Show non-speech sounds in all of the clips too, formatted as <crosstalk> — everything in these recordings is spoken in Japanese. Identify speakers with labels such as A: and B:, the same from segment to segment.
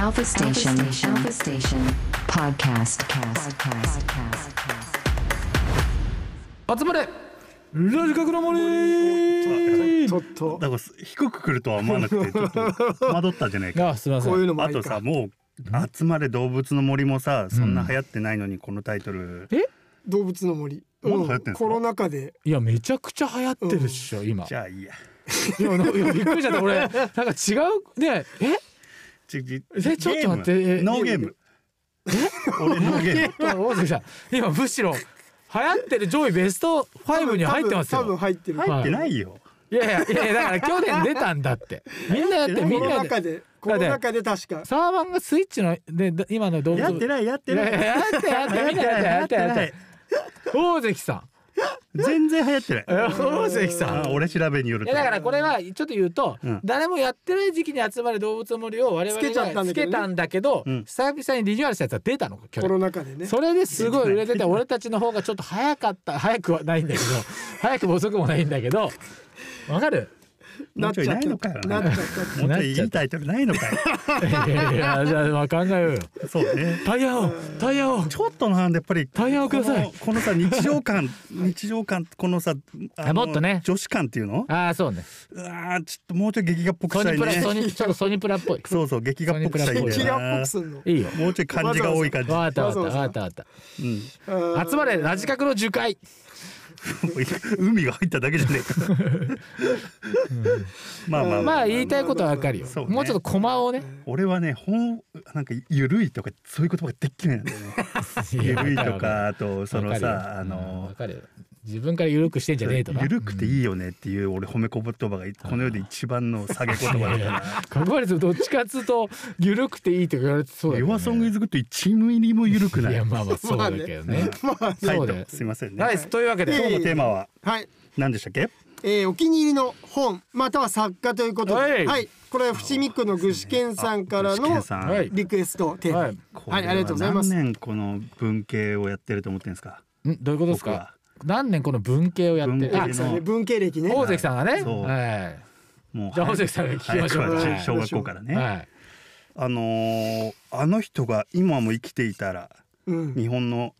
A: Alpha Station. Alpha Station. Podcast. Podcast.
B: 集まれラジカクの森
C: ちょっと
D: だから低く来るとは思わなくてちょっと戸惑ったじゃないか
B: あ、すみませ。
C: こういうんのもあ
D: <laughs> あ
C: り
D: とさ
C: か
D: もう「集まれ動物の森」もさそんな流行ってないのにこのタイトル、
C: 動物の森、
D: まだ流行ってん
C: う
D: す
C: ん、
D: か
C: コロナ禍で
B: いや、めちゃくちゃ流行ってるっしょ、今。い
D: じゃあいいや
B: や、なんかいやびっくりしちゃった。俺、なんか違う、ね、え
D: ちち
B: えちょっと待って
D: ゲーム
B: え
D: ノーゲーム俺ノーゲーム
B: あ大関さん、今むしろ、流行ってる上位ベスト5に入ってます
C: 多分多分
B: よ。
C: 入ってる、
B: はい
D: 入ってないよ
B: いやいや、いや、だから去年出たんだって。みんなやって、
C: コ
B: みん
C: ロ
B: な
C: ナ禍
B: で。
C: でコロナ禍で確か
B: サーバンがスイッチの、で、で今の動物。
D: やって
B: い
D: ないやって
B: やいや
D: ない
B: やってやってみんなやってやってやって。大関さん。
D: 全然流行ってない
B: え大関さん
D: あ。俺調べによる
B: い
D: と
B: やだからこれはちょっと言うと、
D: うん
B: 誰もやってない時期に集まる動物の森を我々
C: つけちゃった
B: が
C: んだ
B: つ
C: けどね
B: けたんだけど
D: うん
B: 久々にリニューアルしたやつは出たの去
C: コ
B: 年
C: ロナ禍でね
B: それですごい売れてて俺たちの方がちょっと早かった早くはないん
D: <laughs>
B: だけど早くも遅くもないんだけどわか
D: <laughs>
B: る
D: もうちょいないのかよ
C: なっちゃった
D: もうちょいいいタイトルないのかよ
B: いやいやじゃあまあ考えようよ
D: そうね
B: タイヤをタイヤを
D: ちょっとなんでやっぱり
B: 大変をください
D: このこのさ日常感日常感このさあの
B: もっとね
D: 女子感っていうの
B: ああそうね
D: うわーちょっともうちょい劇画っぽく
B: ソ
D: した
B: ニ
D: い
B: プラ
D: ね
B: ソ
D: <laughs>
B: ニちょっとソニプラっぽい
D: そうそう劇画っぽくしたいんだ
C: キラ
D: よ
C: ーっぽ
D: な
C: くすんの
B: いいよ
D: もうちょい漢字が多い感じ
B: わかったわかった
C: わ
B: わ
C: ざわ
B: か
C: ざ
B: ったわかっ
D: うん
C: あ
B: た
C: ー
B: 集まれラジカクの樹海
D: 海が入っただけじゃねえかまあまあ
B: まあ言いたいことはわかるよ、
D: そうね
B: もうちょっと駒をね
D: 俺はね本なんかゆるいとかそういう言葉ができないんだよねゆるいとかあとそのさあの
B: 分かるよ自分から緩くしてんじゃねえとか
D: ゆるくていいよねっていう俺褒め言葉がこの世で一番の下げ言葉だから
B: かこわりずどっちかっつうと緩くていいとか言われてそうだけ
D: ユ
B: どね
D: アソングイズグッド一ム入りも緩くないい
B: や。まあまあそうだけどね
D: タイ
B: そう
D: ト
B: だ
D: ル
B: よ
D: すいませんね。
B: ナイスというわけ
D: 今
B: で
D: 日のテーマは
C: はい、
D: 何でしたっけ？
C: えー、お気に入りの本または作家ということで、
B: はい
C: はい、これは伏見区の具志堅さんから
D: 具志
C: の
D: 堅さん
B: はい
C: リクエストテーマ
B: は
C: はいい、
D: これ
C: ありがとうございます
D: 何年この文系をやってると思ってんですか？
B: んどういうことですか
D: 僕は
B: 何年この文系をやって
D: 文系
B: あ
D: の
C: そうね文系歴ね
B: 大関さんがね
D: そう
B: は
D: もう
B: じゃあ尾関さんに聞きましょう
D: 早く
B: はい
D: 小学校から
B: い
D: ね。
B: はい
D: あのーあの人が今も生きていたら
C: うん、
D: 日本の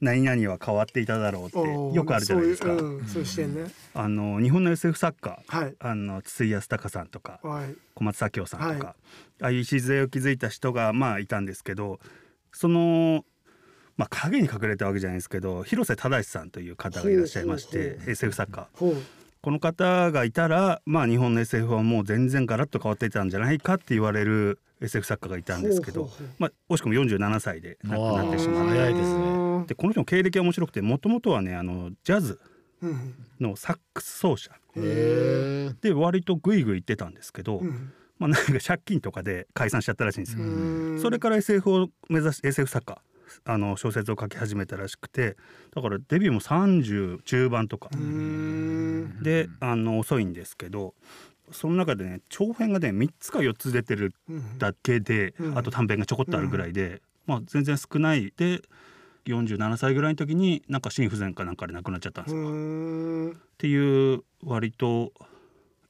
D: 何々は変わっていただろうって
C: おー
D: よくあるじゃないですか
C: そう。いう,、うん、そういう視点ね
D: あのー日本の SF 作家
C: はい
D: あの筒井康隆さんとか
C: はい
D: 小松左京さんとか、
C: は
D: ああいう礎を築いた人がまあいたんですけどその、まあ、影に隠れたわけじゃないですけど広瀬忠さんという方がいらっしゃいまし
C: ほうほ
D: て
C: うほ
D: SF 作家
C: ほう
D: この方がいたら、まあ、日本の SF はもう全然ガラッと変わっていたんじゃないかって言われる SF 作家がいたんですけど
C: ほうほうほう
D: まあ、惜しくも47歳で亡く
B: あ
D: なってしま
B: う
D: う
B: わ。早いですね
C: うん
D: でこの人の経歴は面白くてもともとはねあのジャズ
C: うん
D: のサックス奏者
B: へ
D: で割とグイグイ行ってたんですけど、
C: うん
D: まあ、なんか借金とかで解散しちゃったらしいんですよ。
C: うん
D: それから SF を目指し SF 作家あの小説を書き始めたらしくてだからデビューも30中盤とか
C: うん
D: であの遅いんですけどその中でね長編がね3つか4つ出てる
C: うん
D: だけで
C: うん
D: あと短編がちょこっとあるぐらいで、まあ、全然少ないで47歳ぐらいの時になんか心不全かなんかで亡くなっちゃったんですよ。
C: うん
D: っていう割と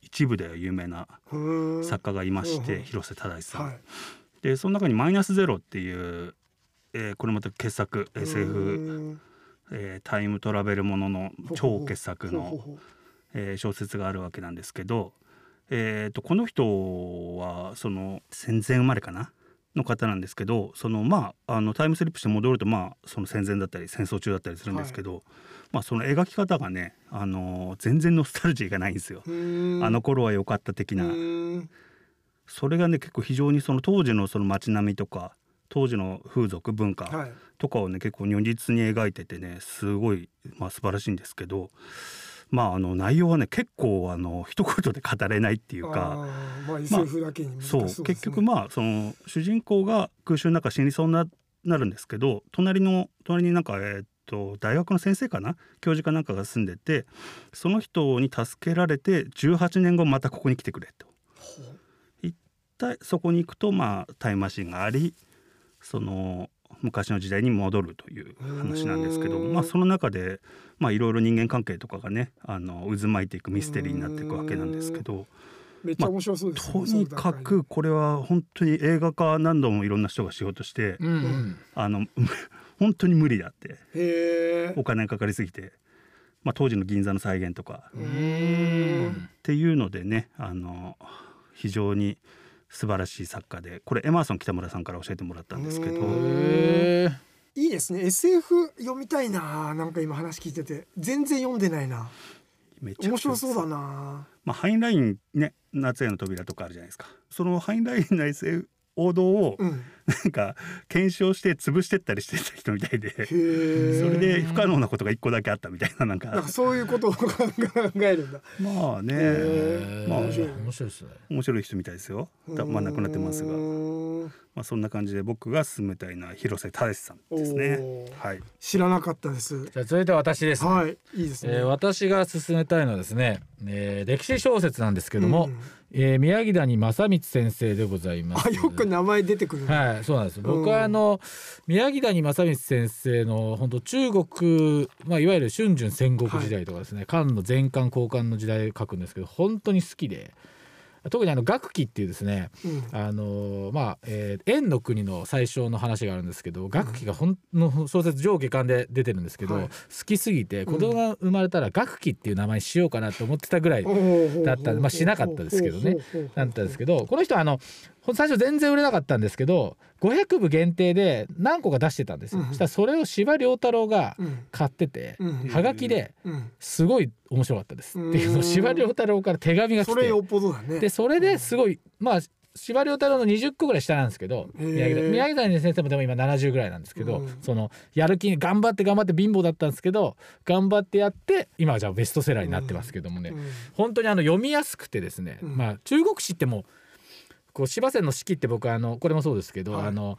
D: 一部では有名な
C: うん
D: 作家がいまし
C: うん
D: て広瀬忠さん。
C: はい
D: でその中に「マイナスゼロ」っていう、えーこれまた傑作 SF、
C: うん
D: えータイムトラベルものの超傑作
C: ほう
D: の、
C: ほうほう
D: えー小説があるわけなんですけど、えー、とこの人はその戦前生まれかなの方なんですけどそのまああのタイムスリップして戻るとまあその戦前だったり戦争中だったりするんですけど、まあ、その描き方がね、あのー全然ノスタルジーがないんですよ。
C: うん
D: あの頃は良かった的な、
C: うん
D: それがね結構非常にその当時のその街並みとか当時の風俗文化、
C: はい
D: とかをね結構如実に描いててねすごい、まあ、素晴らしいんですけどまああの内容はね結構あの一言で語れないっていうか
C: あーまあ SF だけに難し
D: そう
C: ですね
D: 結局まあその主人公が空襲の中死にそうにななるんですけど隣の隣になんかえーっと大学の先生かな教授かなんかが住んでてその人に助けられて18年後またここに来てくれと。一体そこに行くとまあタイムマシンがありその昔の時代に戻るという話なんですけど、
C: うーん
D: まあ、その中でまあいろいろ人間関係とかがねあの渦巻いていくミステリーになっていくわけなんですけど
E: めっちゃ面白そうです、ね
D: とにかくこれは本当に映画化何度もいろんな人がしようとして、
B: うんうん
D: あの <laughs> 本当に無理だっ
E: その
D: て
E: 段階へえ
D: お金かかりすぎて、まあ、当時の銀座の再現とか
E: うーん
D: っていうのでねあの非常に素晴らしい作家でこれエマーソン北村さんから教えてもらったんですけど
E: うん
B: へー
E: いいですね SF 読みたいななんか今話聞いてて全然読んでないな
D: めちゃ
E: 面
D: くち
E: 白
D: ゃ
E: そうだな
D: まあ、ハインラインね夏への扉とかあるじゃないですかそのハインラインの SF 王道を
E: うん
D: なんか検証して潰してったりしてた人みたいで、
E: へえ
D: それで不可能なことが一個だけあったみたいななん
E: <laughs> なん
D: か
E: かそういうことを考えるんだ
D: まあね、
E: へ
D: まあ
B: 面白い面白いですね
D: 面白い人みたいですよだまあ亡くなってますが、
E: う
D: ま
E: ーん
D: あ、そんな感じで僕が勧めたいのは広瀬忠さんですね
E: おー
D: はい
E: 知らなかったです
B: じゃあ続いて私ですね
E: はいいいですね、
B: えー私が勧めたいのはですね、えー歴史小説なんですけども、
E: うん
B: えー宮城谷正光先生でございます
E: あよく名前出てくる、
B: はい、そうなんです。
E: う
B: 僕
E: ん
B: はあの、宮城谷正光先生の本当中国、まあいわゆる春春戦国時代とかですね、漢の前漢後漢の時代を書くんですけど、本当に好きで、特にあの学記っていうですね、
E: うん
B: あのまあ、えー円の国の最初の話があるんですけど、学記がほんの小説上下巻で出てるんですけど、
E: はい
B: 好きすぎて子供が生まれたら学記っていう名前しようかなと思ってたぐらい。だったまあしなかったですけどねだったんですけどこの人はあのほん最初全然売れなかったんですけど500部限定で何個か出してたんですよ、
E: うん
B: そしたらそれを司馬遼太郎が
E: うん
B: 買ってて、
E: うん
B: はがきで
E: うん
B: すごい面白かったですっていうの
E: う
B: を
E: ん
B: 司馬遼太郎から手紙が来
E: それ
B: て
E: よっぽどだね
B: でそれですごいまあ司馬遼太郎の20個ぐらい下なんですけど
E: へー
B: 宮城谷宮城谷先生もでも今70ぐらいなんですけど、
E: うん
B: そのやる気に頑張って頑張って貧乏だったんですけど頑張ってやって今はじゃあベストセラーになってますけどもね、
E: うん
B: 本当にあの読みやすくてですね、
E: うん
B: まあ中国史ってもうこう芝線の式って僕はあのこれもそうですけど、
E: はい
B: あの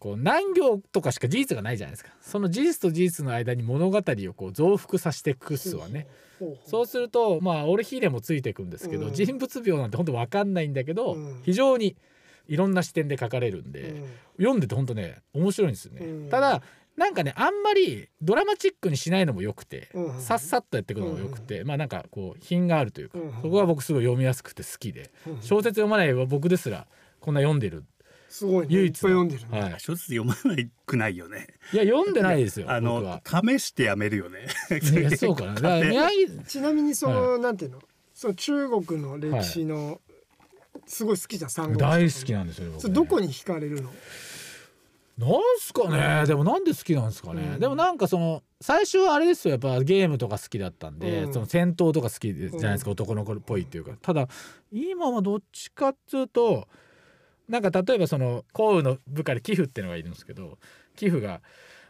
B: こう何行とかしか事実がないじゃないですかその事実と事実の間に物語をこう増幅させていくっすわね
E: ほう
B: そうするとまあオルヒーレもついていくんですけど、
E: うん
B: 人物描なんて本当わかんないんだけど、
E: うん
B: 非常にいろんな視点で書かれるんで、
E: うん
B: 読んでて本当ね面白いんですよね、
E: うん
B: ただなんかねあんまりドラマチックにしないのもよくて、
E: うん
B: さっさっとやっていくのもよくて、まあなんかこう品があるというか、
E: うん
B: そこは僕すごい読みやすくて好きで、
E: うん
B: 小説読まない僕ですらこんな読んでる
E: すごいね
B: 唯
E: いっ
B: 一
E: ぱい読んでるね
B: はい、い
D: 小説読まないくないよね
B: や読んでないですよ
D: あ
B: 僕
D: の
B: は。
D: 試してやめるよね
B: いやそうかなだから宮城
E: ちなみにそのなんていうのその中国の歴史のすごい好きじゃん三国志
B: 大好きなんですよ、僕ね
E: それどこに惹かれるの
B: なんすかねでもなんで好きなんですかね、
E: うん
B: でもなんかその最初はあれですよやっぱゲームとか好きだったんで、
E: うん
B: その戦闘とか好きじゃないですか、男の子っぽいっていうかただ今はどっちかっつうとなんか例えばその降雨の部下で寄付っていうのがいるんですけど寄付が。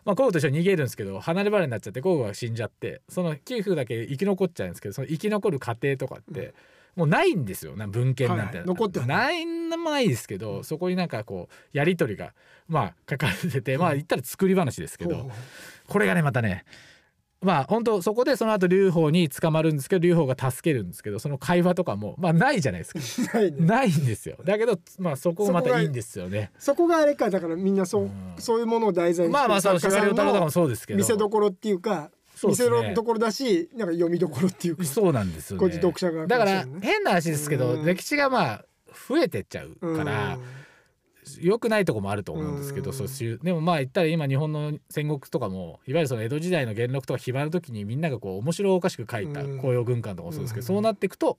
B: まあ、降雨と一緒に逃げるんですけど離れ離れになっちゃって降雨が死んじゃってその寄付だけ生き残っちゃうんですけどその生き残る過程とかってもうないんですよな文献なんて、
E: はい残っては
B: ないんでもないですけどそこになんかこうやり取りがまあ書かれててまあ言ったら作り話ですけ
E: ほう <laughs>
B: ど
E: ほ
B: これがねまたねまあ本当そこでその後劉邦に捕まるんですけど劉邦が助けるんですけどその会話とかもまあないじゃないですか
E: うないね
B: ないんですよだけどまあそこまたいいんですよね
E: そこがあれかだからみんなそう
B: うん
E: そういうものを題材に
B: まあまあそう
E: 作
B: 司
E: 家
B: 馬遼
E: さんの
B: 太郎とかもそうですけど
E: 見せどころっていうか
B: そう
E: 見
B: です
E: せ
B: ね
E: どころだしなんか読みどころっていうか
B: そうなんですよ、ね、
E: こっち読者側
B: だか
E: か
B: ら
E: し
B: ら
E: てもね
B: 変な話ですけど、
E: うん
B: 歴史がまあ増えてっちゃう
E: うん
B: から、良くないとこもあると思うんですけど、
E: うん
B: そういうでもまあ言ったら今日本の戦国とかもいわゆるその江戸時代の元禄とか暇の時にみんながこう面白おかしく書いた
E: うん
B: 紅葉軍艦とかもそうですけど、
E: うん
B: そうなっていくと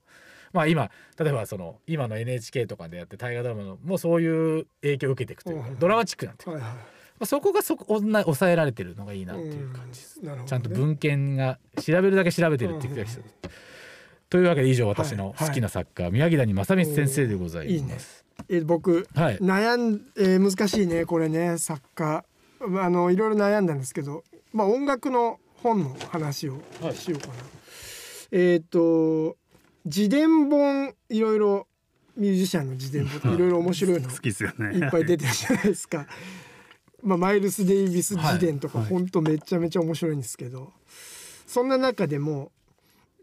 B: まあ今例えばその今の NHK とかでやって大河ドラマのもうそういう影響を受けていくというか、
E: うん
B: ドラマチックになっていく、
E: はいは
B: まあ、そこがそこ女抑えられてるのがいいなって
E: い
B: いう感じです。
E: うんなるほどね
B: ちゃんと文献が調べるだけ調べてるっていうだけです
E: うん
B: というわけで以上私の好きな作家、宮城谷正光先生でございます。
E: え僕
B: はい。
E: 悩ん、えー難しいねこれね作家まああのいろいろ悩んだんですけど、まあ、音楽の本の話をしようかな、えっ、と自伝本いろいろミュージシャンの自
B: <laughs>
E: 伝本っていろいろ面白いの
D: 好きですよね
E: いっぱい出てるじゃないですか。まあ、マイルス・デイビス自伝とか、
B: はい
E: ほんとめちゃめちゃ面白いんですけどそんな中でも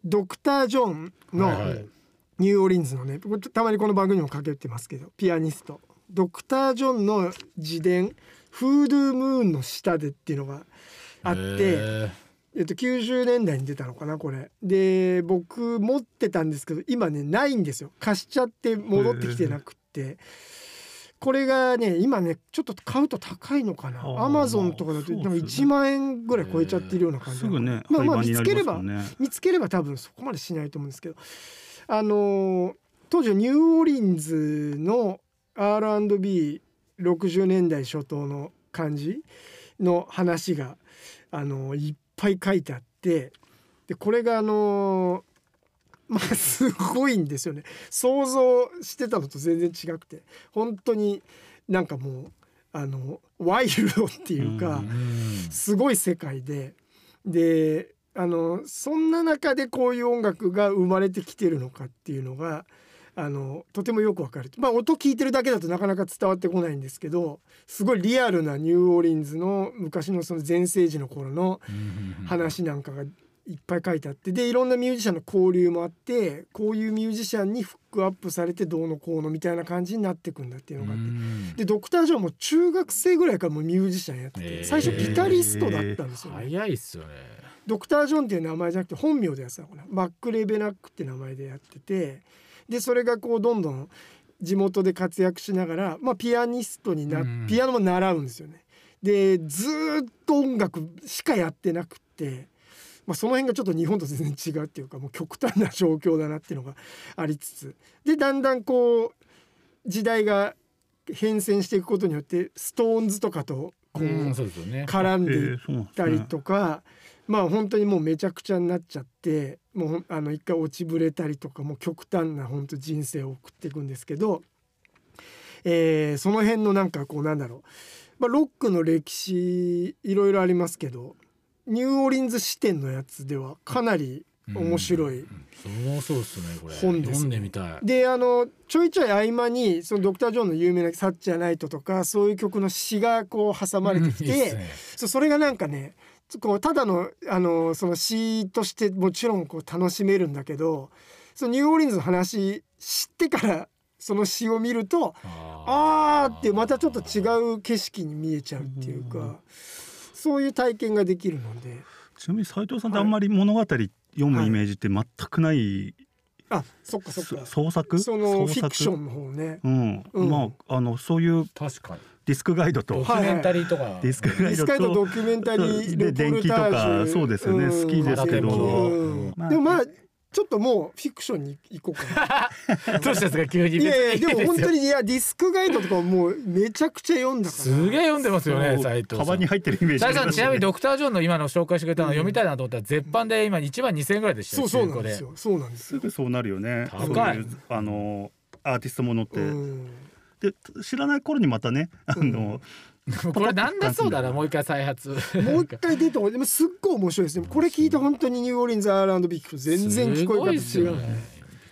E: ドクター・ジョン
B: はいは
E: の
B: い
E: ニューオリンズのねこれたまにこの番組にもかけてますけどピアニストドクター・ジョンの自伝「フードゥ・ムーンの下で」っていうのがあっ
B: へ
E: て
B: ー
E: えっと、90年代に出たのかなこれで僕持ってたんですけど今ねないんですよ貸しちゃって戻ってきてなくってこれがね今ねちょっと買うと高いのかな
D: あー
E: アマゾンとかだと
D: そう
E: な
D: っ
E: ん
D: す
E: か1
D: よね
E: 万円ぐらい超えちゃってるような感じ
D: す
E: なの
D: ぐ
E: かな
D: ね
E: まあ
D: 廃
E: まあ
D: 盤に
E: 見
D: な
E: つ
D: り
E: けれ
D: ますも
E: ば
D: んね。
E: 見つければ多分そこまでしないと思うんですけどあのー当時はニューオーリンズの R&B60 年代初頭の感じの話が、あのーいっぱい書いてあってでこれがあのーまあすごいんですよね想像してたのと全然違くて本当になんかもうあのワイルドっていうか。
D: うん
E: すごい世界でであのそんな中でこういう音楽が生まれてきてるのかっていうのがあのとてもよくわかるまあ音聞いてるだけだとなかなか伝わってこないんですけどすごいリアルなニューオーリンズの昔のその全盛時の頃の話なんかがいっぱい書いてあってでいろんなミュージシャンの交流もあってこういうミュージシャンにフックアップされてどうのこうのみたいな感じになってくんだっていうのがあってでドクター・ジョーも中学生ぐらいからもうミュージシャンやってて、
B: えー
E: 最初ギタリストだったんですよ、ね
B: 早いっすよね。
E: ドクター・ジョンっていう名前じゃなくて本名でやってたのかなマック・レベナックって名前でやっててでそれがこうどんどん地元で活躍しながら、まあ、ピアニストにな
B: うん
E: ピアノも習うんですよね。でずーっと音楽しかやってなくって、まあ、その辺がちょっと日本と全然違うっていうかもう極端な状況だなっていうのがありつつでだんだんこう時代が変遷していくことによってストーンズとかとこ
B: うん、
E: う
B: そうですよね。
E: 絡んでいっ
D: えーそうなんで
E: っ
D: す
E: た
D: ね
E: りとか、まあ本当にもうめちゃくちゃになっちゃってもうほんあの一回落ちぶれたりとかもう極端な本当人生を送っていくんですけど、えーその辺のなんかこうなんだろう、まあ、ロックの歴史いろいろありますけどニューオーリンズ視点のやつではかなり面白い。
B: うんそうそうっすねこれ。
E: 本です
B: 読んでみたい。
E: であのちょいちょい合間にそのドクター・ジョーンの有名な「サッチャー・ナイト」とかそういう曲の詩がこう挟まれてきて。
B: うんいいっすね
E: そうそれがなんかねこうただのあのその詩としてもちろんこう楽しめるんだけどそのニューオーリンズの話知ってからその詩を見るとあーってまたちょっと違う景色に見えちゃうっていうかそういう体験ができるので
D: ちなみに斉藤さんってあんまり物語読むイメージって全くない、
E: あそっかそっか
D: そ創作
E: その
D: 創
E: フ
D: 作
E: ィクションの方ね
D: うん、
E: うん
D: まああのそういう
B: 確かに。
D: ディスクガイドと
B: ドキュメンタリーとか。
D: ディスク
E: デ
D: ガイ
E: ィス
D: ド
E: カイトド
D: と
E: キュメンタリー
D: <laughs> で
E: レポルター
D: 電気とか
E: ジュ
D: そうですよね
E: ん
D: 好きです
B: けど
E: うん
D: まあ
E: でもまあちょっともうフィクションに行こうかな
B: どうしたんですか急に。
E: いやいやでも本当
B: に。
E: にいやディスクガイドとかもうめちゃくちゃ読んだから
B: すげえ読んでますよね斉藤さん。
D: カバンに入ってるイメージ
B: 斉藤さんちなみに
D: ど
B: ドクター・ジョンの今の紹介してくれたの読みたいなと思ったら絶版で今1万2000円ぐらいでした
E: そう
B: よ
E: そう
B: 中
E: なん
B: 古
E: ですよそうなんです
D: す
E: よ、
D: ぐそうなるよね
B: 高い
D: そううあのアーティストものって、
E: うん、
D: で知らない頃にまたねあの、
B: これなんだそう
E: <laughs>
B: だなもう一回再発
E: もう一回出てもでもすっごい面白いですねこれ聞いて本当にニューオーリンズ R&B 聞くと全然聞こえ方違う
B: すごいっすよね
E: ね
B: びっ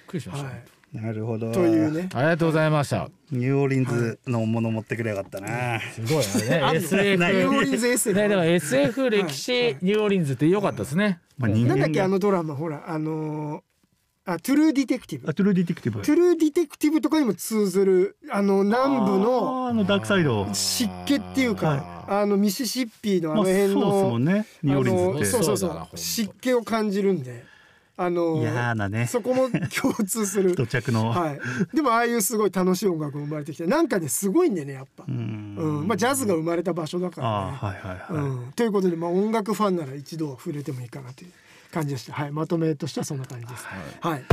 B: くりしました、
E: はい
D: なるほど
E: というね
B: ありがとうございました
D: ニューオーリンズのもの持ってくれやがったな、
B: すごいあれね
E: ニューオー
B: SF
E: リンズエッ <laughs> セイ
B: ねでも SF 歴史ニューオーリンズって良かったですね
D: まあ人
E: な
D: 間
E: ん
D: が
E: だっけあのドラマほらあのーあトゥルーディテクティブ
D: あトゥルーディティクティブ
E: トゥルーディテクティブとかにも通ずるあの南部の
D: あーあのダークサイド
E: 湿気っていうかあのミシシッピのあの辺の、
D: まあ、そうですもんねニューオーリ
E: あ
D: ン
E: の
D: ズ
E: そ
D: っ
E: うそう
B: そうだなほ
E: そ
B: んと
E: う湿気を感じるんであ
D: て
E: の
D: 嫌なね
E: そこも共通す
D: <laughs>
E: る
D: 土着の、
E: はいでもああいうすごい楽しい音楽も生まれてきてなんかねすごいんでねやっぱ
D: う、ん
E: うんまあ、ジャズが生まれた場所だからね
D: ああはいはいはい、
E: うん、ということで、まあ、音楽ファンなら一度は触れてもいいかなという感じでした、はい、まとめとしてはそんな感じです。はい